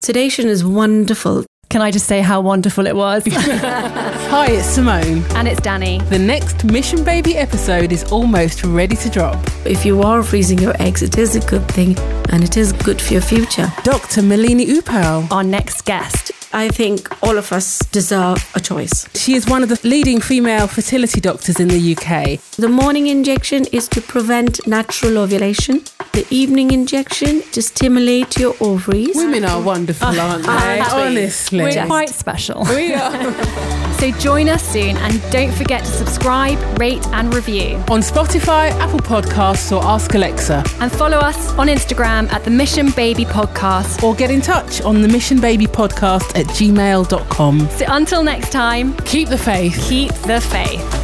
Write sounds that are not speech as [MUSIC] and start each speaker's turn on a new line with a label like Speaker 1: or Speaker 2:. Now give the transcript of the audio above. Speaker 1: Sedation is wonderful.
Speaker 2: Can I just say how wonderful it
Speaker 3: [LAUGHS]
Speaker 2: was?
Speaker 4: Hi, it's Simone.
Speaker 2: and it's Danny.
Speaker 4: The next Mission Baby episode is almost ready to drop.
Speaker 1: If you are freezing your eggs, it is a good thing and it is good for your future.
Speaker 4: Dr. Malini Upal.
Speaker 2: Our next guest.
Speaker 1: I think all of us deserve a choice.
Speaker 4: She is one of the leading female fertility doctors in the UK.
Speaker 1: The morning injection is to prevent natural ovulation. The evening injection to stimulate your ovaries.
Speaker 4: Women are wonderful, aren't they?
Speaker 1: aren't we?
Speaker 4: Honestly.
Speaker 2: We're quite special.
Speaker 4: We are.
Speaker 3: So join us soon and don't forget to subscribe, rate, and review.
Speaker 4: On Spotify, Apple Podcasts, or Ask Alexa,
Speaker 3: And follow us on Instagram at the Mission Baby Podcast.
Speaker 4: or get in touch on the Mission Baby Podcast at gmail.com.
Speaker 3: So until next time,
Speaker 4: Keep the faith.
Speaker 3: keep the faith.